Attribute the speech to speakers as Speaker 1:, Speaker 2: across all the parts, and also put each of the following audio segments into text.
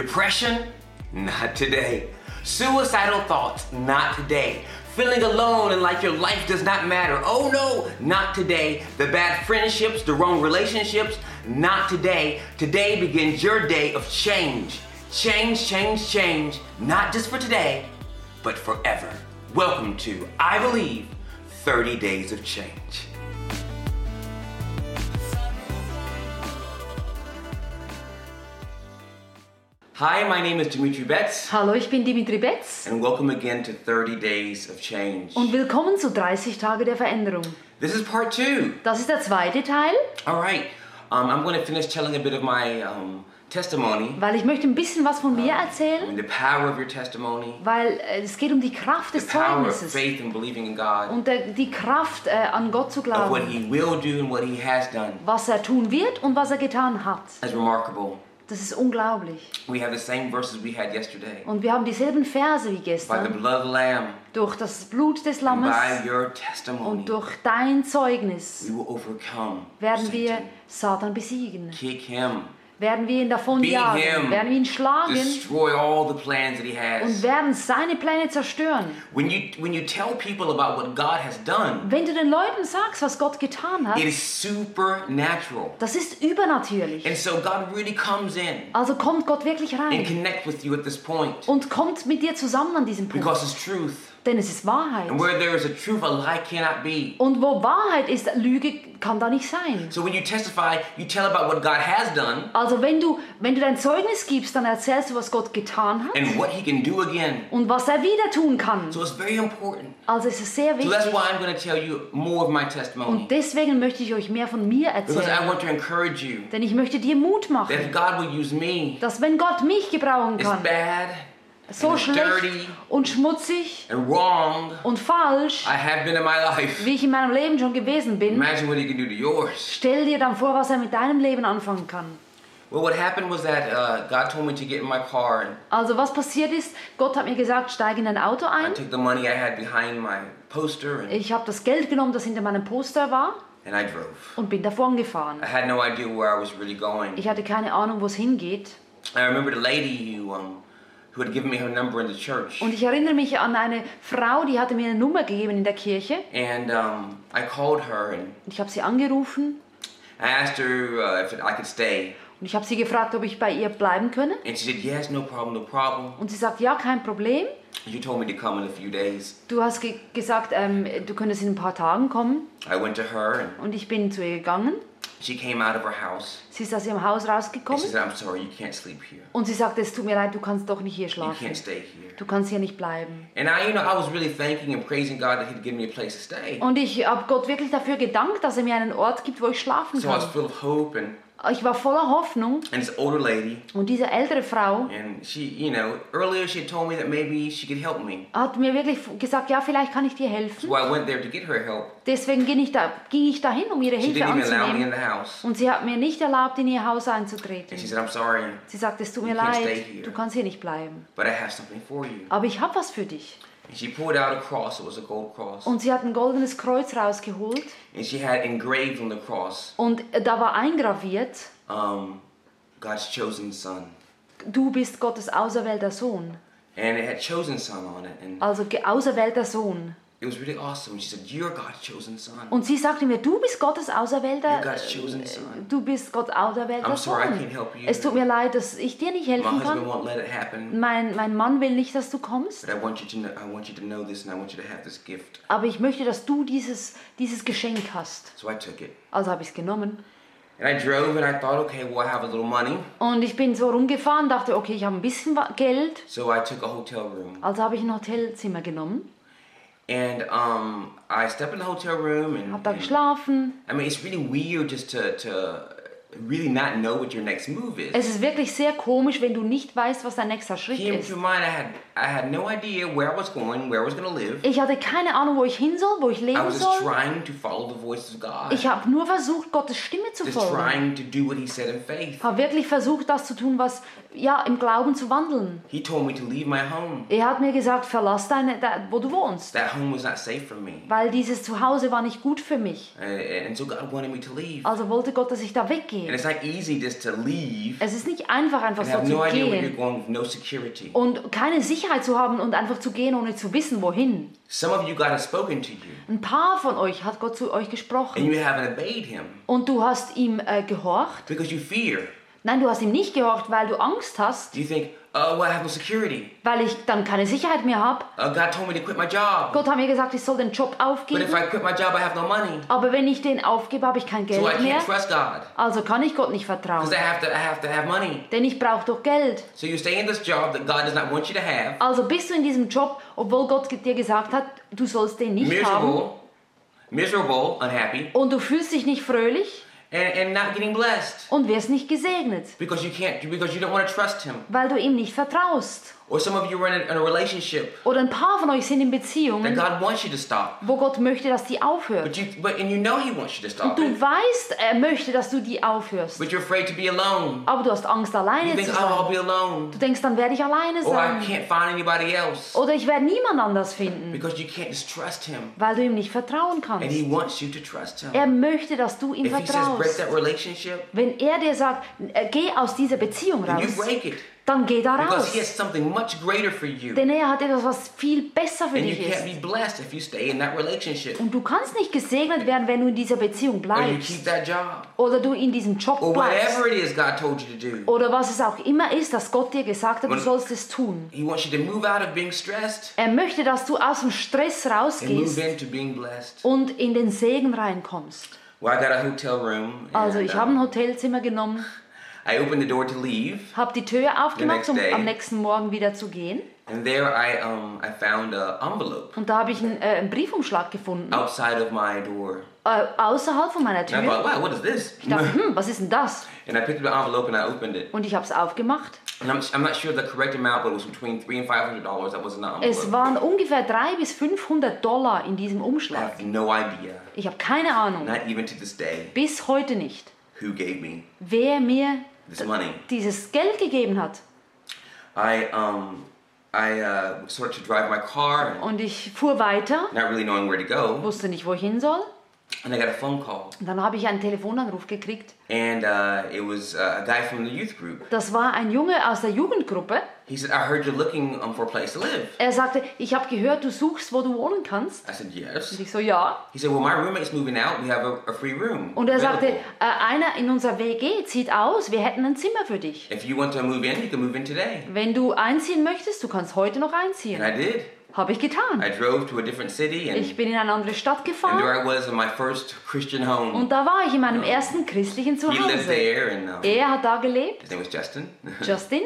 Speaker 1: Depression? Not today. Suicidal thoughts? Not today. Feeling alone and like your life does not matter? Oh no, not today. The bad friendships, the wrong relationships? Not today. Today begins your day of change. Change, change, change. Not just for today, but forever. Welcome to, I believe, 30 Days of Change. Hi, my name is Dimitri Betts,
Speaker 2: Hallo, ich bin Dimitri Betz
Speaker 1: and welcome again to 30 Days of Change.
Speaker 2: und willkommen zu 30 Tage der Veränderung.
Speaker 1: This is part two.
Speaker 2: Das ist der zweite Teil,
Speaker 1: All right, um, I'm going to finish telling a bit of my um, testimony
Speaker 2: weil ich möchte ein bisschen was von mir erzählen,
Speaker 1: and the power of your testimony,
Speaker 2: weil äh, es geht um die Kraft
Speaker 1: the
Speaker 2: des
Speaker 1: power of
Speaker 2: Zeugnisses
Speaker 1: faith and believing in God,
Speaker 2: und der, die Kraft, äh, an Gott zu
Speaker 1: of what
Speaker 2: glauben,
Speaker 1: He will do and what He has done
Speaker 2: was er tun wird und was er getan hat.
Speaker 1: is remarkable.
Speaker 2: Das ist unglaublich.
Speaker 1: We have the same verses we had yesterday.
Speaker 2: Und wir haben dieselben Verse
Speaker 1: By
Speaker 2: wie
Speaker 1: the
Speaker 2: gestern.
Speaker 1: blood of the Lamb,
Speaker 2: Durch das Blut des
Speaker 1: and by
Speaker 2: Lammes
Speaker 1: your
Speaker 2: und
Speaker 1: testimony,
Speaker 2: durch dein Zeugnis
Speaker 1: we will overcome
Speaker 2: werden wir
Speaker 1: Satan.
Speaker 2: Satan besiegen,
Speaker 1: Kick him,
Speaker 2: werden wir ihn davon
Speaker 1: Beat
Speaker 2: jagen,
Speaker 1: him.
Speaker 2: werden wir ihn schlagen
Speaker 1: destroy all the plans that he
Speaker 2: und
Speaker 1: has.
Speaker 2: werden seine Pläne zerstören.
Speaker 1: When you when you tell people about what God has done,
Speaker 2: Wenn du den Leuten sagst, was Gott getan hat,
Speaker 1: it is supernatural.
Speaker 2: das ist übernatürlich.
Speaker 1: And so God really comes in
Speaker 2: Also kommt Gott wirklich
Speaker 1: and
Speaker 2: rein
Speaker 1: connect with you at this point
Speaker 2: und kommt mit dir zusammen an diesem Punkt,
Speaker 1: because it's truth.
Speaker 2: denn es ist Wahrheit.
Speaker 1: And where there is a truth, a lie cannot be.
Speaker 2: Und wo Wahrheit ist, Lüge kann da nicht sein.
Speaker 1: So when you testify, you tell about what God has done
Speaker 2: Also wenn du, wenn du dein Zeugnis gibst, dann erzählst du, was Gott getan hat
Speaker 1: and what He can do again.
Speaker 2: und was er wieder tun kann.
Speaker 1: So it's very important.
Speaker 2: Also es ist sehr
Speaker 1: So that's
Speaker 2: wichtig.
Speaker 1: why I'm going to tell you more of my testimony
Speaker 2: Und deswegen möchte ich euch mehr von mir
Speaker 1: because I
Speaker 2: erzählen,
Speaker 1: want to encourage you
Speaker 2: denn ich möchte dir Mut
Speaker 1: that if
Speaker 2: machen,
Speaker 1: God will use me,
Speaker 2: dass wenn Gott mich gebrauchen
Speaker 1: it's
Speaker 2: kann,
Speaker 1: bad
Speaker 2: so
Speaker 1: and
Speaker 2: schlecht
Speaker 1: dirty
Speaker 2: und schmutzig
Speaker 1: and wrong
Speaker 2: und falsch,
Speaker 1: I have been in my life.
Speaker 2: wie ich in meinem Leben schon gewesen bin,
Speaker 1: Imagine what He can do to yours.
Speaker 2: stell dir dann vor, was er mit deinem Leben anfangen kann.
Speaker 1: Well, what happened was that uh, God told me to get in my car and
Speaker 2: Also was passiert ist, Gott hat mir gesagt, steig in dein Auto
Speaker 1: I
Speaker 2: ein.
Speaker 1: took the money I had behind my poster and,
Speaker 2: Ich habe das Geld genommen, das hinter meinem Poster war
Speaker 1: and I drove.
Speaker 2: und bin davon gefahren.
Speaker 1: I had no idea where I was really going.
Speaker 2: Ich hatte keine Ahnung, wo es hingeht.
Speaker 1: I remember the lady who, um, who had given me her number in the church.
Speaker 2: Und ich erinnere mich an eine Frau, die hatte mir eine Nummer gegeben in der Kirche.
Speaker 1: And um, I called her and
Speaker 2: Und ich habe sie angerufen
Speaker 1: I asked her uh, if I could stay.
Speaker 2: und ich habe sie gefragt, ob ich bei ihr bleiben könne.
Speaker 1: And she said, Yes, no problem, no problem.
Speaker 2: Und sie sagt, ja, kein Problem.
Speaker 1: You told me to come in a few days.
Speaker 2: Du hast ge gesagt, ähm, du könntest in ein paar Tagen kommen.
Speaker 1: I went to her and
Speaker 2: Und ich bin zu ihr gegangen.
Speaker 1: she came out of her house.
Speaker 2: Sie ist aus ihrem Haus
Speaker 1: And
Speaker 2: rausgekommen.
Speaker 1: she said, I'm sorry, you can't sleep here.
Speaker 2: Und sie sagte, es tut mir leid, du kannst doch nicht hier
Speaker 1: You
Speaker 2: schlafen.
Speaker 1: can't stay here.
Speaker 2: Du kannst hier nicht bleiben.
Speaker 1: And I, you know, I was really thanking and praising God that He'd given me a place to stay.
Speaker 2: Und ich habe Gott wirklich dafür gedankt, dass er mir einen Ort gibt, wo ich schlafen
Speaker 1: So I was
Speaker 2: kann.
Speaker 1: full of hope and
Speaker 2: Ich war voller Hoffnung.
Speaker 1: and this older lady,
Speaker 2: Und diese ältere Frau
Speaker 1: and she, you know, earlier she had told me that maybe she could help me.
Speaker 2: hat mir wirklich gesagt, ja, vielleicht kann ich dir helfen.
Speaker 1: So I went there to get her help.
Speaker 2: Deswegen ging ich, da, ging ich dahin, um ihre
Speaker 1: She
Speaker 2: Hilfe
Speaker 1: didn't even allow me in
Speaker 2: anzunehmen.
Speaker 1: the house.
Speaker 2: Und sie hat mir nicht erlaubt, in ihr Haus
Speaker 1: And
Speaker 2: einzutreten.
Speaker 1: she said, I'm sorry,
Speaker 2: Sie sagt, es tut mir
Speaker 1: You can't stay
Speaker 2: leid,
Speaker 1: here.
Speaker 2: du kannst hier nicht bleiben.
Speaker 1: but I have something for you.
Speaker 2: Aber ich habe was für dich.
Speaker 1: And she pulled out a cross, it was a gold cross.
Speaker 2: Und sie hat ein goldenes Kreuz rausgeholt.
Speaker 1: And she had engraved on the cross,
Speaker 2: Und äh, da war eingraviert,
Speaker 1: um, God's chosen son.
Speaker 2: du bist Gottes auserwählter Sohn.
Speaker 1: And it had chosen son on it, and
Speaker 2: Also ge- auserwählter Sohn.
Speaker 1: it was really awesome. She said, You're God's chosen son.
Speaker 2: Und sie sagte mir, du bist Gottes
Speaker 1: You're
Speaker 2: auserwählter, äh,
Speaker 1: God's chosen son.
Speaker 2: du bist Gottes auserwählter
Speaker 1: I'm sorry, I can't
Speaker 2: Sohn.
Speaker 1: help you.
Speaker 2: Es tut mir leid, dass ich dir nicht
Speaker 1: My
Speaker 2: helfen
Speaker 1: husband
Speaker 2: kann.
Speaker 1: won't let it happen.
Speaker 2: Mein, mein Mann will nicht, dass du kommst,
Speaker 1: But I want you to know I want you to know this and I want you to have this gift.
Speaker 2: aber ich möchte, dass du dieses, dieses Geschenk hast.
Speaker 1: So I took it.
Speaker 2: Also habe ich es genommen.
Speaker 1: And I drove and I thought, okay, well, I have a little money.
Speaker 2: Und ich bin so rumgefahren, dachte, okay, ich habe ein bisschen wa- Geld.
Speaker 1: So I took a hotel room.
Speaker 2: Also habe ich ein Hotelzimmer genommen,
Speaker 1: And um, I stepped in the hotel room and,
Speaker 2: habe da
Speaker 1: and-
Speaker 2: geschlafen.
Speaker 1: I mean, it's really weird just to, to really not know what your next move is.
Speaker 2: Es ist wirklich sehr komisch, wenn du nicht weißt, was dein nächster Schritt
Speaker 1: Came
Speaker 2: ist.
Speaker 1: to mind, I had, I had no idea where I was going, where I was going to live.
Speaker 2: Ich hatte keine Ahnung, wo ich hin soll, wo ich
Speaker 1: I
Speaker 2: leben
Speaker 1: was just
Speaker 2: soll.
Speaker 1: trying to follow the voice of God.
Speaker 2: Ich habe nur versucht, Gottes Stimme zu
Speaker 1: Just
Speaker 2: folgen.
Speaker 1: trying to do what he said in faith.
Speaker 2: Habe wirklich versucht, das zu tun, was ja, im Glauben zu wandeln.
Speaker 1: He told me to leave my home.
Speaker 2: Er hat mir gesagt, verlass deine, da, wo du wohnst,
Speaker 1: That home was not safe for me.
Speaker 2: weil dieses Zuhause war nicht gut für mich.
Speaker 1: And, and so God wanted me to leave.
Speaker 2: Also wollte Gott, dass ich da
Speaker 1: And
Speaker 2: weggehe.
Speaker 1: it's not easy just to leave
Speaker 2: Es ist nicht einfach, einfach
Speaker 1: and
Speaker 2: so
Speaker 1: have no
Speaker 2: zu
Speaker 1: idea where you're
Speaker 2: gehen
Speaker 1: going with no security.
Speaker 2: und keine Sicherheit zu haben und einfach zu gehen, ohne zu wissen, wohin.
Speaker 1: Some of you, God has spoken to you
Speaker 2: Ein paar von euch hat Gott zu euch
Speaker 1: and
Speaker 2: gesprochen
Speaker 1: you haven't obeyed Him
Speaker 2: und du hast ihm äh, gehorcht.
Speaker 1: because you fear.
Speaker 2: Nein, du hast ihm nicht gehorcht, weil du Angst hast,
Speaker 1: You think, oh, well, I have no security.
Speaker 2: weil ich dann keine Sicherheit mehr habe.
Speaker 1: Uh, God told me to quit my job.
Speaker 2: Gott hat mir gesagt, ich soll den Job
Speaker 1: But if
Speaker 2: aufgeben,
Speaker 1: I quit my job, I have no money.
Speaker 2: aber wenn ich den aufgebe, habe ich kein
Speaker 1: So I
Speaker 2: Geld mehr.
Speaker 1: can't trust God
Speaker 2: Also kann ich Gott nicht
Speaker 1: because
Speaker 2: vertrauen,
Speaker 1: I have to, I have to have money.
Speaker 2: denn ich brauche doch Geld.
Speaker 1: So you stay in this job that God does not want you to have,
Speaker 2: Also bist du in diesem Job, obwohl Gott dir gesagt hat, du sollst den nicht haben.
Speaker 1: miserable, miserable, unhappy,
Speaker 2: Und du fühlst dich nicht fröhlich
Speaker 1: and, and not getting blessed
Speaker 2: und wirst nicht gesegnet,
Speaker 1: because you can't, because you don't want to trust Him.
Speaker 2: weil du ihm nicht vertraust.
Speaker 1: Or some of you are in a, in a relationship
Speaker 2: Oder ein paar von euch sind in
Speaker 1: that
Speaker 2: Beziehungen,
Speaker 1: God wants you to stop,
Speaker 2: wo Gott möchte, dass die aufhört.
Speaker 1: but you, but and you know He wants you to stop, it,
Speaker 2: Und du weißt, er möchte, dass du die aufhörst.
Speaker 1: but you're afraid to be alone.
Speaker 2: Aber du hast Angst,
Speaker 1: You
Speaker 2: alleine
Speaker 1: think,
Speaker 2: zu
Speaker 1: oh,
Speaker 2: sein.
Speaker 1: I'll be alone,
Speaker 2: Du denkst, dann werde ich alleine
Speaker 1: or I
Speaker 2: sein.
Speaker 1: can't find anybody else
Speaker 2: Oder ich werde niemand anders finden,
Speaker 1: because you can't distrust Him,
Speaker 2: weil du ihm nicht vertrauen
Speaker 1: and
Speaker 2: kannst.
Speaker 1: He wants you to trust Him.
Speaker 2: Er möchte, dass du ihm
Speaker 1: If He says break
Speaker 2: vertraust.
Speaker 1: that relationship,
Speaker 2: Wenn er dir sagt, äh, geh aus dieser Beziehung
Speaker 1: then you
Speaker 2: raus,
Speaker 1: break it
Speaker 2: dann geh da
Speaker 1: because He has
Speaker 2: raus.
Speaker 1: something much greater for you.
Speaker 2: Denn er hat etwas, was viel besser für
Speaker 1: And you
Speaker 2: dich
Speaker 1: can't
Speaker 2: ist.
Speaker 1: be blessed if you stay in that relationship.
Speaker 2: Und du kannst nicht gesegnet werden, wenn du in dieser Beziehung
Speaker 1: Or you keep
Speaker 2: bleibst.
Speaker 1: that job.
Speaker 2: Oder du in diesem Job
Speaker 1: Or
Speaker 2: bleibst.
Speaker 1: whatever it is God told you to do.
Speaker 2: Oder was es auch immer ist, dass Gott dir gesagt hat, du
Speaker 1: When-
Speaker 2: sollst es tun.
Speaker 1: He wants you to move out of being stressed
Speaker 2: Er möchte, dass du aus dem Stress
Speaker 1: and move
Speaker 2: rausgehst
Speaker 1: into being blessed.
Speaker 2: und in den Segen reinkommst.
Speaker 1: Well, I got a hotel room.
Speaker 2: Also
Speaker 1: and,
Speaker 2: ich
Speaker 1: uh,
Speaker 2: habe ein Hotelzimmer genommen,
Speaker 1: I opened the door to leave,
Speaker 2: habe die Tür aufgemacht,
Speaker 1: The
Speaker 2: um
Speaker 1: next day.
Speaker 2: am nächsten Morgen wieder zu gehen.
Speaker 1: and there I um I found a envelope
Speaker 2: Und da habe ich einen, äh, einen Briefumschlag gefunden,
Speaker 1: outside of my door.
Speaker 2: äh, außerhalb von meiner
Speaker 1: And I
Speaker 2: Tür.
Speaker 1: thought, wow, what is this?
Speaker 2: Ich dachte, hm, was ist denn das?
Speaker 1: And I picked up the envelope and I opened it.
Speaker 2: Und ich habe es aufgemacht.
Speaker 1: And I'm, I'm not sure the correct amount, but it was between three and five hundred dollars. That was in the
Speaker 2: Es
Speaker 1: envelope.
Speaker 2: waren ungefähr 300 bis 500 Dollar in diesem
Speaker 1: I
Speaker 2: Umschlag.
Speaker 1: have no idea,
Speaker 2: Ich habe keine Ahnung,
Speaker 1: not even to this day,
Speaker 2: bis heute nicht,
Speaker 1: who gave me
Speaker 2: wer mir
Speaker 1: this money.
Speaker 2: dieses Geld gegeben hat.
Speaker 1: I um I uh, started to drive my car, and
Speaker 2: Und ich fuhr weiter,
Speaker 1: not really knowing where to go,
Speaker 2: wusste nicht, wo ich hin soll.
Speaker 1: and I got a phone call,
Speaker 2: Und dann habe ich einen Telefonanruf gekriegt.
Speaker 1: and uh, it was uh, a guy from the youth group.
Speaker 2: Das war ein Junge aus der Jugendgruppe.
Speaker 1: He said, "I heard you're looking um, for a place to live."
Speaker 2: Er sagte, ich habe gehört, du suchst, wo du wohnen kannst.
Speaker 1: I said,
Speaker 2: Und
Speaker 1: "Yes."
Speaker 2: ich so, ja.
Speaker 1: He said, "Well, my roommate's moving out. We have a, a free room."
Speaker 2: Und er sagte, äh,
Speaker 1: available.
Speaker 2: einer in unserer WG zieht aus, wir hätten ein Zimmer für dich.
Speaker 1: "If you want to move in, you can move in today."
Speaker 2: Wenn du einziehen möchtest, du kannst heute noch
Speaker 1: And
Speaker 2: einziehen.
Speaker 1: I did.
Speaker 2: Habe ich getan.
Speaker 1: I drove to a different city, and,
Speaker 2: Ich bin in eine andere Stadt
Speaker 1: and
Speaker 2: gefahren
Speaker 1: there I was in my first Christian home.
Speaker 2: und da war ich in meinem ersten christlichen
Speaker 1: He lived
Speaker 2: Zuhause.
Speaker 1: there, and um,
Speaker 2: Er hat da gelebt,
Speaker 1: his name was Justin,
Speaker 2: Justin,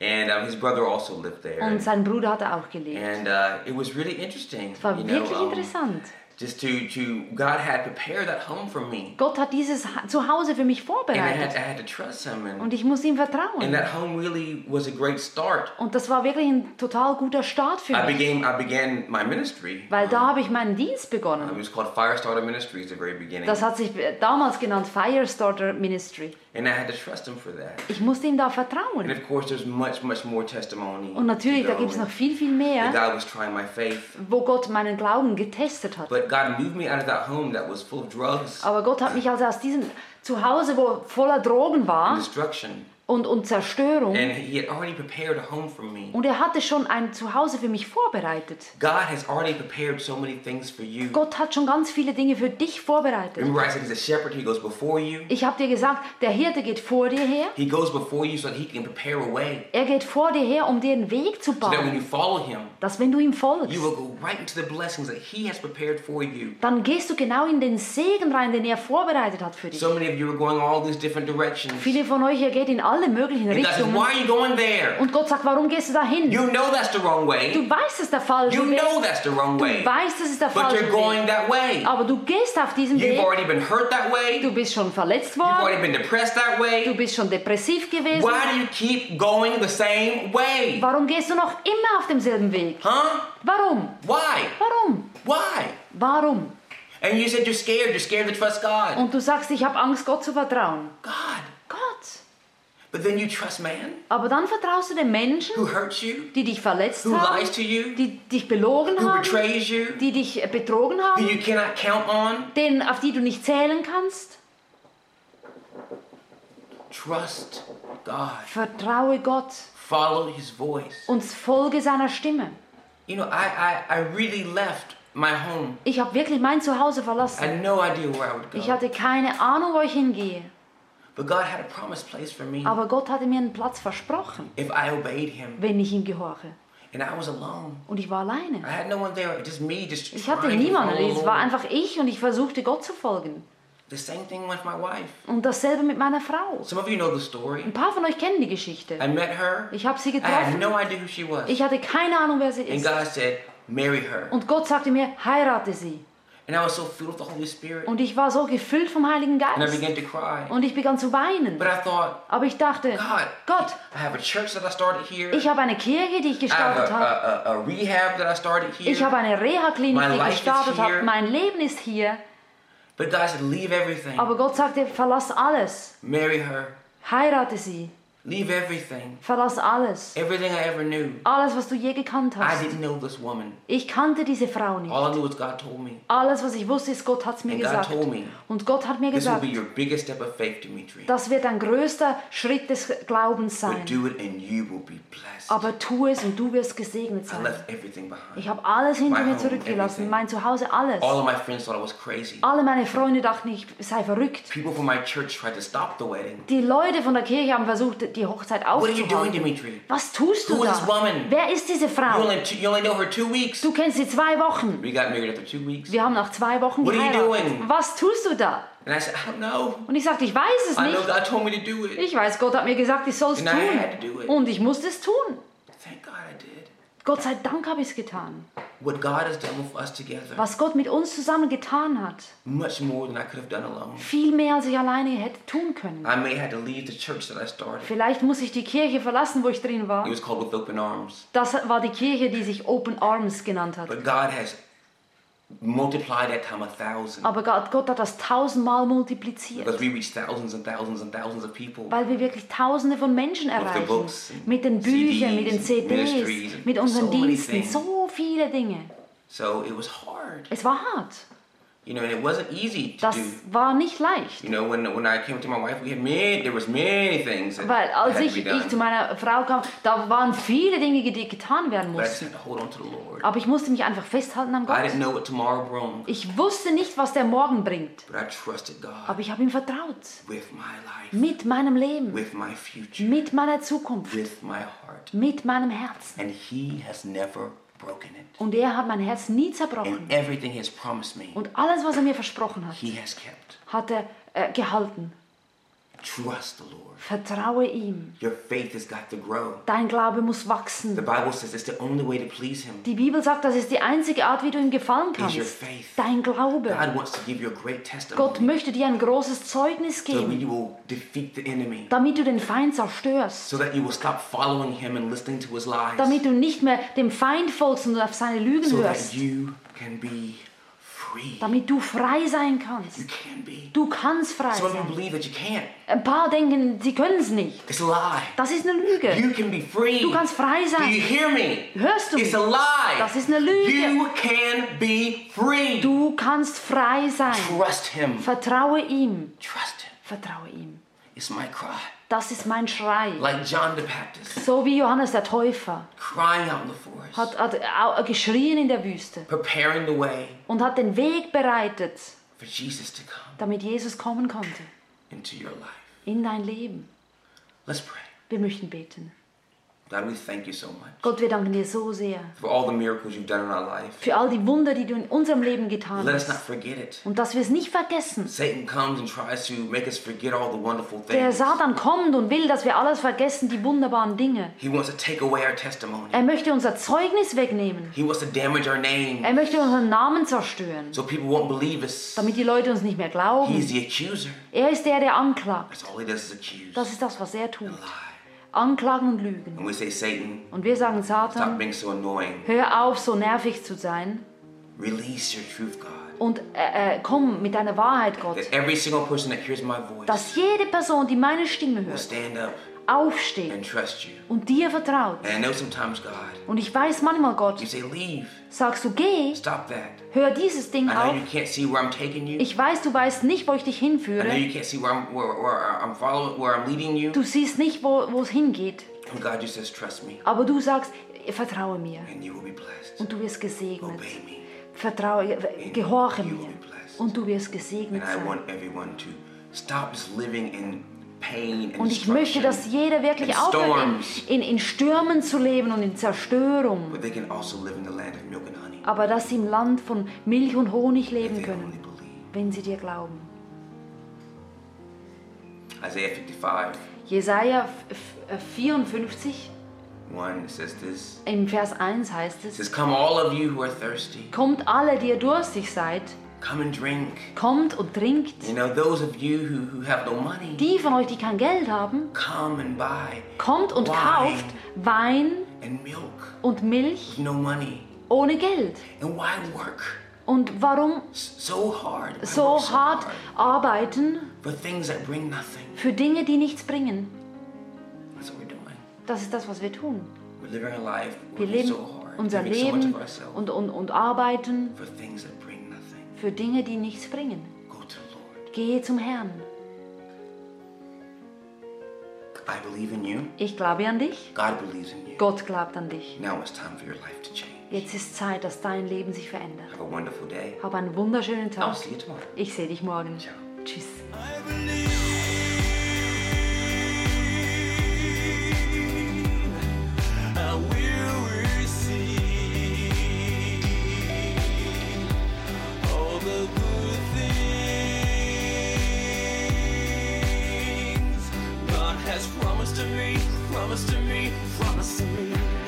Speaker 1: and um, his brother also lived there.
Speaker 2: und
Speaker 1: And-
Speaker 2: sein Bruder hat da auch gelebt.
Speaker 1: and uh, it was really interesting.
Speaker 2: Es war
Speaker 1: you know,
Speaker 2: wirklich
Speaker 1: um,
Speaker 2: interessant.
Speaker 1: just to to God had prepared that home for me,
Speaker 2: Gott hat dieses Ha- Zuhause für mich
Speaker 1: and I had
Speaker 2: vorbereitet
Speaker 1: I had to trust Him, and
Speaker 2: und ich muss ihm
Speaker 1: and
Speaker 2: vertrauen.
Speaker 1: that home really was a great start.
Speaker 2: Und das war wirklich ein total guter Start für
Speaker 1: I
Speaker 2: mich,
Speaker 1: began Oh. I began my ministry. Um,
Speaker 2: weil da habe ich meinen Dienst begonnen.
Speaker 1: It was called Firestarter Ministries at the very beginning,
Speaker 2: Das hat sich äh, damals genannt Firestarter Ministry.
Speaker 1: and I had to trust Him for that.
Speaker 2: Ich musste ihm da
Speaker 1: And
Speaker 2: vertrauen.
Speaker 1: of course, there's much much more testimony.
Speaker 2: Und natürlich,
Speaker 1: to
Speaker 2: da
Speaker 1: go
Speaker 2: gibt es noch
Speaker 1: and
Speaker 2: viel, viel
Speaker 1: that
Speaker 2: mehr,
Speaker 1: God was trying my faith,
Speaker 2: wo Gott meinen Glauben getestet hat.
Speaker 1: but God moved me out of that home that was full of drugs,
Speaker 2: Aber Gott hat mich also aus diesem Zuhause, wo voller Drogen war
Speaker 1: destruction,
Speaker 2: und, und Zerstörung,
Speaker 1: and He had already prepared a home for me.
Speaker 2: und er hatte schon ein Zuhause für mich vorbereitet.
Speaker 1: God has already prepared so many things for you.
Speaker 2: Gott hat schon ganz viele Dinge für dich vorbereitet.
Speaker 1: Remember, I said he's a shepherd. He goes before you.
Speaker 2: Ich habe dir gesagt, der Hirte geht vor dir her.
Speaker 1: He goes before you so that he can prepare a way.
Speaker 2: Er geht vor dir her, um dir einen Weg zu
Speaker 1: So that when
Speaker 2: bauen,
Speaker 1: you follow him,
Speaker 2: dass wenn du ihm
Speaker 1: you
Speaker 2: folgst,
Speaker 1: will go right into the blessings that he has prepared for you.
Speaker 2: dann gehst du genau in den Segen rein, den er vorbereitet hat für dich.
Speaker 1: So many of you are going all these different directions. And
Speaker 2: Viele von euch, ihr geht in alle möglichen
Speaker 1: God says,
Speaker 2: Richtungen.
Speaker 1: Why are you going there?
Speaker 2: Und Gott sagt, warum gehst du da hin?
Speaker 1: You know that's the wrong way.
Speaker 2: Du weißt, es ist der falsche
Speaker 1: You know
Speaker 2: Weg.
Speaker 1: that's the wrong
Speaker 2: Du
Speaker 1: way.
Speaker 2: weißt, es ist der
Speaker 1: But
Speaker 2: falsche
Speaker 1: you're going
Speaker 2: Weg.
Speaker 1: that way.
Speaker 2: Aber du gehst auf diesem
Speaker 1: You've
Speaker 2: Weg.
Speaker 1: already been hurt that way. You've
Speaker 2: Du bist schon verletzt worden.
Speaker 1: already been depressed that
Speaker 2: Du
Speaker 1: way.
Speaker 2: bist schon depressiv gewesen.
Speaker 1: Why do you keep going the same way?
Speaker 2: Warum gehst du noch immer auf demselben Weg?
Speaker 1: Huh?
Speaker 2: Warum?
Speaker 1: Why?
Speaker 2: Warum?
Speaker 1: Why?
Speaker 2: Warum?
Speaker 1: And you said you're scared. You're scared to trust God.
Speaker 2: Und du sagst, ich habe Angst, Gott zu vertrauen.
Speaker 1: God.
Speaker 2: Gott.
Speaker 1: But then you trust man
Speaker 2: Aber dann vertraust du den Menschen,
Speaker 1: who hurts you,
Speaker 2: die dich verletzt
Speaker 1: who
Speaker 2: haben,
Speaker 1: lies to you,
Speaker 2: die dich belogen
Speaker 1: who
Speaker 2: haben,
Speaker 1: betrays you,
Speaker 2: die dich äh, betrogen
Speaker 1: who
Speaker 2: haben,
Speaker 1: you cannot count on.
Speaker 2: denen, auf die du nicht zählen kannst.
Speaker 1: Trust God.
Speaker 2: Vertraue Gott
Speaker 1: Follow his voice.
Speaker 2: und folge seiner Stimme.
Speaker 1: You know, I, I, I really left my home.
Speaker 2: Ich habe wirklich mein Zuhause
Speaker 1: I
Speaker 2: verlassen.
Speaker 1: had no idea where I would
Speaker 2: Ich
Speaker 1: go.
Speaker 2: hatte keine Ahnung, wo ich hingehe.
Speaker 1: But God had a promised place for me
Speaker 2: Aber Gott hatte mir einen Platz versprochen,
Speaker 1: if I obeyed him.
Speaker 2: wenn ich ihm gehorche.
Speaker 1: And I was alone.
Speaker 2: Und ich war
Speaker 1: I
Speaker 2: alleine.
Speaker 1: had no one there, just me, just
Speaker 2: Ich hatte
Speaker 1: trying to
Speaker 2: niemanden.
Speaker 1: follow
Speaker 2: Es
Speaker 1: the
Speaker 2: war
Speaker 1: Lord.
Speaker 2: einfach ich und ich versuchte Gott zu folgen.
Speaker 1: The same thing with my wife.
Speaker 2: Und dasselbe mit meiner Frau.
Speaker 1: Some of you know the story.
Speaker 2: Ein paar von euch kennen die Geschichte.
Speaker 1: I met her.
Speaker 2: Ich habe sie
Speaker 1: I had
Speaker 2: getroffen.
Speaker 1: no idea who she was.
Speaker 2: Ich hatte keine Ahnung, wer sie
Speaker 1: And
Speaker 2: ist.
Speaker 1: God said, marry her.
Speaker 2: Und Gott sagte mir, heirate sie.
Speaker 1: And I was so filled with the Holy Spirit.
Speaker 2: Und ich war so gefüllt vom Heiligen
Speaker 1: And I
Speaker 2: Geist.
Speaker 1: began to cry.
Speaker 2: Und ich begann zu weinen.
Speaker 1: But I thought,
Speaker 2: Aber ich dachte,
Speaker 1: God,
Speaker 2: Gott,
Speaker 1: I have a church that I started here.
Speaker 2: ich habe eine Kirche, die ich
Speaker 1: I have
Speaker 2: gestartet habe.
Speaker 1: a, a, a, a rehab that I started
Speaker 2: Ich
Speaker 1: here.
Speaker 2: habe eine Reha-Klinik,
Speaker 1: My
Speaker 2: die
Speaker 1: life
Speaker 2: ich
Speaker 1: is
Speaker 2: gestartet
Speaker 1: here.
Speaker 2: habe. Mein Leben ist hier.
Speaker 1: But God said, leave everything.
Speaker 2: Aber Gott sagte, verlass alles.
Speaker 1: Marry her.
Speaker 2: Heirate sie.
Speaker 1: Leave everything.
Speaker 2: Verlass alles.
Speaker 1: Everything I ever knew.
Speaker 2: Alles, was du je gekannt
Speaker 1: I
Speaker 2: hast.
Speaker 1: didn't know this woman.
Speaker 2: Ich kannte diese Frau nicht.
Speaker 1: All I knew was God told me.
Speaker 2: Alles, was ich wusste, ist, Gott hat es mir
Speaker 1: And God
Speaker 2: gesagt.
Speaker 1: told me,
Speaker 2: Und Gott hat mir
Speaker 1: this will
Speaker 2: gesagt,
Speaker 1: be your biggest step of faith, Dimitri.
Speaker 2: das wird ein größter Schritt des Glaubens
Speaker 1: But
Speaker 2: sein.
Speaker 1: do it and you will be blessed.
Speaker 2: Aber tu es und du wirst gesegnet
Speaker 1: I
Speaker 2: sein.
Speaker 1: left everything
Speaker 2: Ich
Speaker 1: behind.
Speaker 2: habe alles hinter
Speaker 1: My
Speaker 2: mir
Speaker 1: home, everything.
Speaker 2: zurückgelassen, mein Zuhause, alles.
Speaker 1: All of my friends thought I was crazy.
Speaker 2: Alle meine Freunde dachten, ich sei verrückt.
Speaker 1: People from my church tried to stop the wedding.
Speaker 2: Die Leute von der Kirche haben versucht, die Hochzeit
Speaker 1: What are you doing,
Speaker 2: aufzuhalten.
Speaker 1: Dimitri?
Speaker 2: Was tust du
Speaker 1: Who is
Speaker 2: da?
Speaker 1: this woman?
Speaker 2: Wer ist diese
Speaker 1: You
Speaker 2: Frau?
Speaker 1: only, two, you only know her two weeks.
Speaker 2: Du kennst sie zwei Wochen.
Speaker 1: We got married after two weeks.
Speaker 2: Wir haben nach zwei Wochen
Speaker 1: What are you
Speaker 2: geheiratet.
Speaker 1: doing?
Speaker 2: Was tust du da?
Speaker 1: And I said, I don't know.
Speaker 2: Und ich sagte, ich weiß es
Speaker 1: I know
Speaker 2: nicht.
Speaker 1: God told me to do it.
Speaker 2: Ich weiß, Gott hat mir gesagt, ich soll es
Speaker 1: And I had to do
Speaker 2: tun.
Speaker 1: it.
Speaker 2: Und ich musste es tun.
Speaker 1: Thank God I did.
Speaker 2: Gott sei Dank habe ich es getan.
Speaker 1: What God has done with us together,
Speaker 2: Was Gott mit uns zusammen getan hat,
Speaker 1: much more than I could have done alone.
Speaker 2: viel mehr als ich alleine hätte tun können.
Speaker 1: I may have to leave the church that I started.
Speaker 2: Vielleicht muss ich die Kirche verlassen, wo ich drin
Speaker 1: It
Speaker 2: war.
Speaker 1: was called With Open Arms.
Speaker 2: Das war die Kirche, die sich Open Arms genannt hat.
Speaker 1: But God has multiplied that time a thousand.
Speaker 2: Aber Gott, Gott hat das tausendmal multipliziert,
Speaker 1: Because we reached thousands and thousands and thousands of people.
Speaker 2: weil wir wirklich tausende von Menschen erreichen.
Speaker 1: books,
Speaker 2: Mit den Büchern, mit den
Speaker 1: CDs,
Speaker 2: CDs,
Speaker 1: ministries,
Speaker 2: mit unseren
Speaker 1: so many
Speaker 2: Diensten,
Speaker 1: things.
Speaker 2: so viele Dinge.
Speaker 1: So it was hard.
Speaker 2: Es war hart.
Speaker 1: You know, and it wasn't easy to
Speaker 2: Das
Speaker 1: do.
Speaker 2: war nicht leicht.
Speaker 1: You know, when when I came to my wife, we had many. There was many things that
Speaker 2: Weil als
Speaker 1: had
Speaker 2: ich,
Speaker 1: to be
Speaker 2: ich
Speaker 1: done.
Speaker 2: zu meiner Frau kam, da waren viele Dinge, die getan werden
Speaker 1: but I just
Speaker 2: mussten.
Speaker 1: had to hold on to the Lord.
Speaker 2: Aber ich musste mich einfach festhalten an
Speaker 1: I
Speaker 2: Gott.
Speaker 1: didn't know what tomorrow brought,
Speaker 2: Ich wusste nicht, was der Morgen bringt.
Speaker 1: but I trusted God
Speaker 2: Aber ich habe ihm vertraut.
Speaker 1: with my life,
Speaker 2: Mit meinem Leben,
Speaker 1: with my future,
Speaker 2: mit meiner Zukunft,
Speaker 1: with my heart,
Speaker 2: mit meinem Herzen.
Speaker 1: and He has never broken it.
Speaker 2: Und er hat mein Herz nie zerbrochen.
Speaker 1: And everything He has promised me,
Speaker 2: Und alles, was er mir versprochen hat,
Speaker 1: He has kept.
Speaker 2: hat er äh, gehalten.
Speaker 1: Trust the Lord.
Speaker 2: Vertraue ihm.
Speaker 1: Your faith has got to grow.
Speaker 2: Dein Glaube muss
Speaker 1: The
Speaker 2: wachsen.
Speaker 1: Bible says it's the only way to please Him.
Speaker 2: Die Bibel sagt, das ist die einzige Art, wie du ihm gefallen
Speaker 1: Is your
Speaker 2: kannst.
Speaker 1: faith.
Speaker 2: Dein Glaube.
Speaker 1: God wants to give you a great
Speaker 2: Gott
Speaker 1: testimony,
Speaker 2: möchte dir ein großes Zeugnis
Speaker 1: so that
Speaker 2: geben,
Speaker 1: you will defeat the enemy.
Speaker 2: damit du den Feind zerstörst.
Speaker 1: so that you will stop following him and listening to his lies.
Speaker 2: damit du nicht mehr dem Feind folgst und auf seine Lügen
Speaker 1: so äh, that
Speaker 2: hörst,
Speaker 1: you can be free.
Speaker 2: damit du frei sein
Speaker 1: You
Speaker 2: kannst.
Speaker 1: can be.
Speaker 2: Du kannst frei
Speaker 1: Some of you
Speaker 2: sein.
Speaker 1: believe that you can't.
Speaker 2: Ein paar denken, sie können es nicht.
Speaker 1: It's a lie.
Speaker 2: Das ist eine Lüge.
Speaker 1: You can be free.
Speaker 2: Du kannst
Speaker 1: Do
Speaker 2: frei
Speaker 1: you
Speaker 2: sein.
Speaker 1: hear me?
Speaker 2: Hörst du
Speaker 1: It's
Speaker 2: mich?
Speaker 1: a lie.
Speaker 2: Das ist eine Lüge.
Speaker 1: You can be free.
Speaker 2: Du kannst frei sein.
Speaker 1: Trust him.
Speaker 2: Vertraue ihm.
Speaker 1: Trust him.
Speaker 2: Vertraue ihm.
Speaker 1: It's my cry.
Speaker 2: Das ist mein Schrei.
Speaker 1: Like John the Baptist
Speaker 2: So wie Johannes der Täufer
Speaker 1: crying out in the forest,
Speaker 2: hat, hat au- geschrien in der Wüste
Speaker 1: preparing the way
Speaker 2: und hat den Weg bereitet,
Speaker 1: for Jesus to come
Speaker 2: damit Jesus kommen konnte
Speaker 1: into your life.
Speaker 2: in dein Leben.
Speaker 1: Let's pray.
Speaker 2: Wir möchten beten.
Speaker 1: God, we thank you so much
Speaker 2: Gott, wir danken dir so sehr.
Speaker 1: for all the miracles you've done in our life.
Speaker 2: für all die Wunder, die du in unserem Leben getan
Speaker 1: Let us not
Speaker 2: hast.
Speaker 1: forget it.
Speaker 2: Und dass wir es nicht vergessen.
Speaker 1: Satan comes and tries to make us forget all the wonderful
Speaker 2: Der
Speaker 1: things.
Speaker 2: Satan kommt und will, dass wir alles vergessen, die wunderbaren Dinge.
Speaker 1: He wants to take away our testimony.
Speaker 2: Er möchte unser Zeugnis wegnehmen.
Speaker 1: He wants to damage our name
Speaker 2: Er möchte unseren Namen zerstören,
Speaker 1: so people won't believe us.
Speaker 2: damit die Leute uns nicht mehr glauben.
Speaker 1: He's the accuser.
Speaker 2: Er ist der, der anklagt.
Speaker 1: That's all he does is accuse.
Speaker 2: Das ist das, was er tut.
Speaker 1: Lie.
Speaker 2: Anklagen und Lügen.
Speaker 1: And we say, Satan,
Speaker 2: Und wir sagen,
Speaker 1: stop
Speaker 2: Satan,
Speaker 1: being so annoying.
Speaker 2: hör auf, so nervig zu sein
Speaker 1: Release your truth, God.
Speaker 2: und äh, äh, komm mit deiner Wahrheit, Gott.
Speaker 1: That every single person that hears my voice
Speaker 2: Dass jede Person, die meine Stimme
Speaker 1: will
Speaker 2: hört,
Speaker 1: stand up and
Speaker 2: aufsteht
Speaker 1: trust you.
Speaker 2: und dir vertraut.
Speaker 1: And I know sometimes, God,
Speaker 2: Und ich weiß manchmal, Gott,
Speaker 1: you say, leave,
Speaker 2: sagst du, geh,
Speaker 1: stop that.
Speaker 2: hör dieses Ding
Speaker 1: I
Speaker 2: auf.
Speaker 1: know you can't see where I'm taking you.
Speaker 2: Ich weiß, du weißt nicht, wo ich dich
Speaker 1: I know
Speaker 2: hinführe.
Speaker 1: you can't see where I'm, where, where I'm following, where I'm leading you.
Speaker 2: Du siehst nicht, wo wo es hingeht.
Speaker 1: And God just says, trust me,
Speaker 2: Aber du sagst, vertraue mir
Speaker 1: and you will be blessed.
Speaker 2: und du wirst gesegnet.
Speaker 1: Obey me.
Speaker 2: Vertraue, gehorche
Speaker 1: you will
Speaker 2: mir
Speaker 1: be blessed.
Speaker 2: und du wirst gesegnet
Speaker 1: And I
Speaker 2: sein.
Speaker 1: want everyone to stop just living in pain and
Speaker 2: Und ich möchte, dass
Speaker 1: destruction,
Speaker 2: jeder wirklich
Speaker 1: in
Speaker 2: aufhört,
Speaker 1: storms,
Speaker 2: in, in, in Stürmen zu leben und in Zerstörung.
Speaker 1: but they can also live in the land of milk and honey.
Speaker 2: Aber dass sie im Land von Milch und Honig
Speaker 1: if
Speaker 2: leben
Speaker 1: they only
Speaker 2: können,
Speaker 1: believe.
Speaker 2: wenn sie dir glauben.
Speaker 1: Isaiah 55,
Speaker 2: Jesaja f- äh, f- 54
Speaker 1: 1 says this.
Speaker 2: im Vers 1 heißt
Speaker 1: It
Speaker 2: es:
Speaker 1: says, Come, all of you who are thirsty,
Speaker 2: Kommt alle, die ihr durstig seid,
Speaker 1: come and drink.
Speaker 2: kommt und trinkt.
Speaker 1: You know, those of you who, who have no money,
Speaker 2: Die von euch, die kein Geld haben,
Speaker 1: come and buy
Speaker 2: kommt und
Speaker 1: Wine.
Speaker 2: kauft Wein
Speaker 1: and milk.
Speaker 2: und Milch
Speaker 1: No money.
Speaker 2: ohne Geld.
Speaker 1: And why work
Speaker 2: Und warum
Speaker 1: s- so hard? Why
Speaker 2: so
Speaker 1: work
Speaker 2: hart arbeiten
Speaker 1: for things that bring nothing.
Speaker 2: für Dinge, die nichts bringen?
Speaker 1: That's what we're doing.
Speaker 2: Das ist das, was wir tun.
Speaker 1: We're living a life
Speaker 2: Wir
Speaker 1: where we're
Speaker 2: leben
Speaker 1: so hard,
Speaker 2: unser
Speaker 1: giving so much
Speaker 2: Leben
Speaker 1: of ourselves
Speaker 2: und, und, und arbeiten
Speaker 1: for things that bring nothing.
Speaker 2: für Dinge, die nichts bringen.
Speaker 1: Go to the Lord.
Speaker 2: Gehe zum Herrn.
Speaker 1: I believe in you.
Speaker 2: Ich glaube an dich.
Speaker 1: God believes in you.
Speaker 2: Gott glaubt an dich.
Speaker 1: Now it's time for your life to change.
Speaker 2: Jetzt ist Zeit, dass dein Leben sich verändert.
Speaker 1: Have a wonderful day.
Speaker 2: Hab einen wunderschönen
Speaker 1: I'll
Speaker 2: Tag.
Speaker 1: see you tomorrow.
Speaker 2: Ich sehe dich morgen.
Speaker 1: Ciao.
Speaker 2: Tschüss.
Speaker 3: I will receive all the good things God has promised to me, promised to me, promised to me.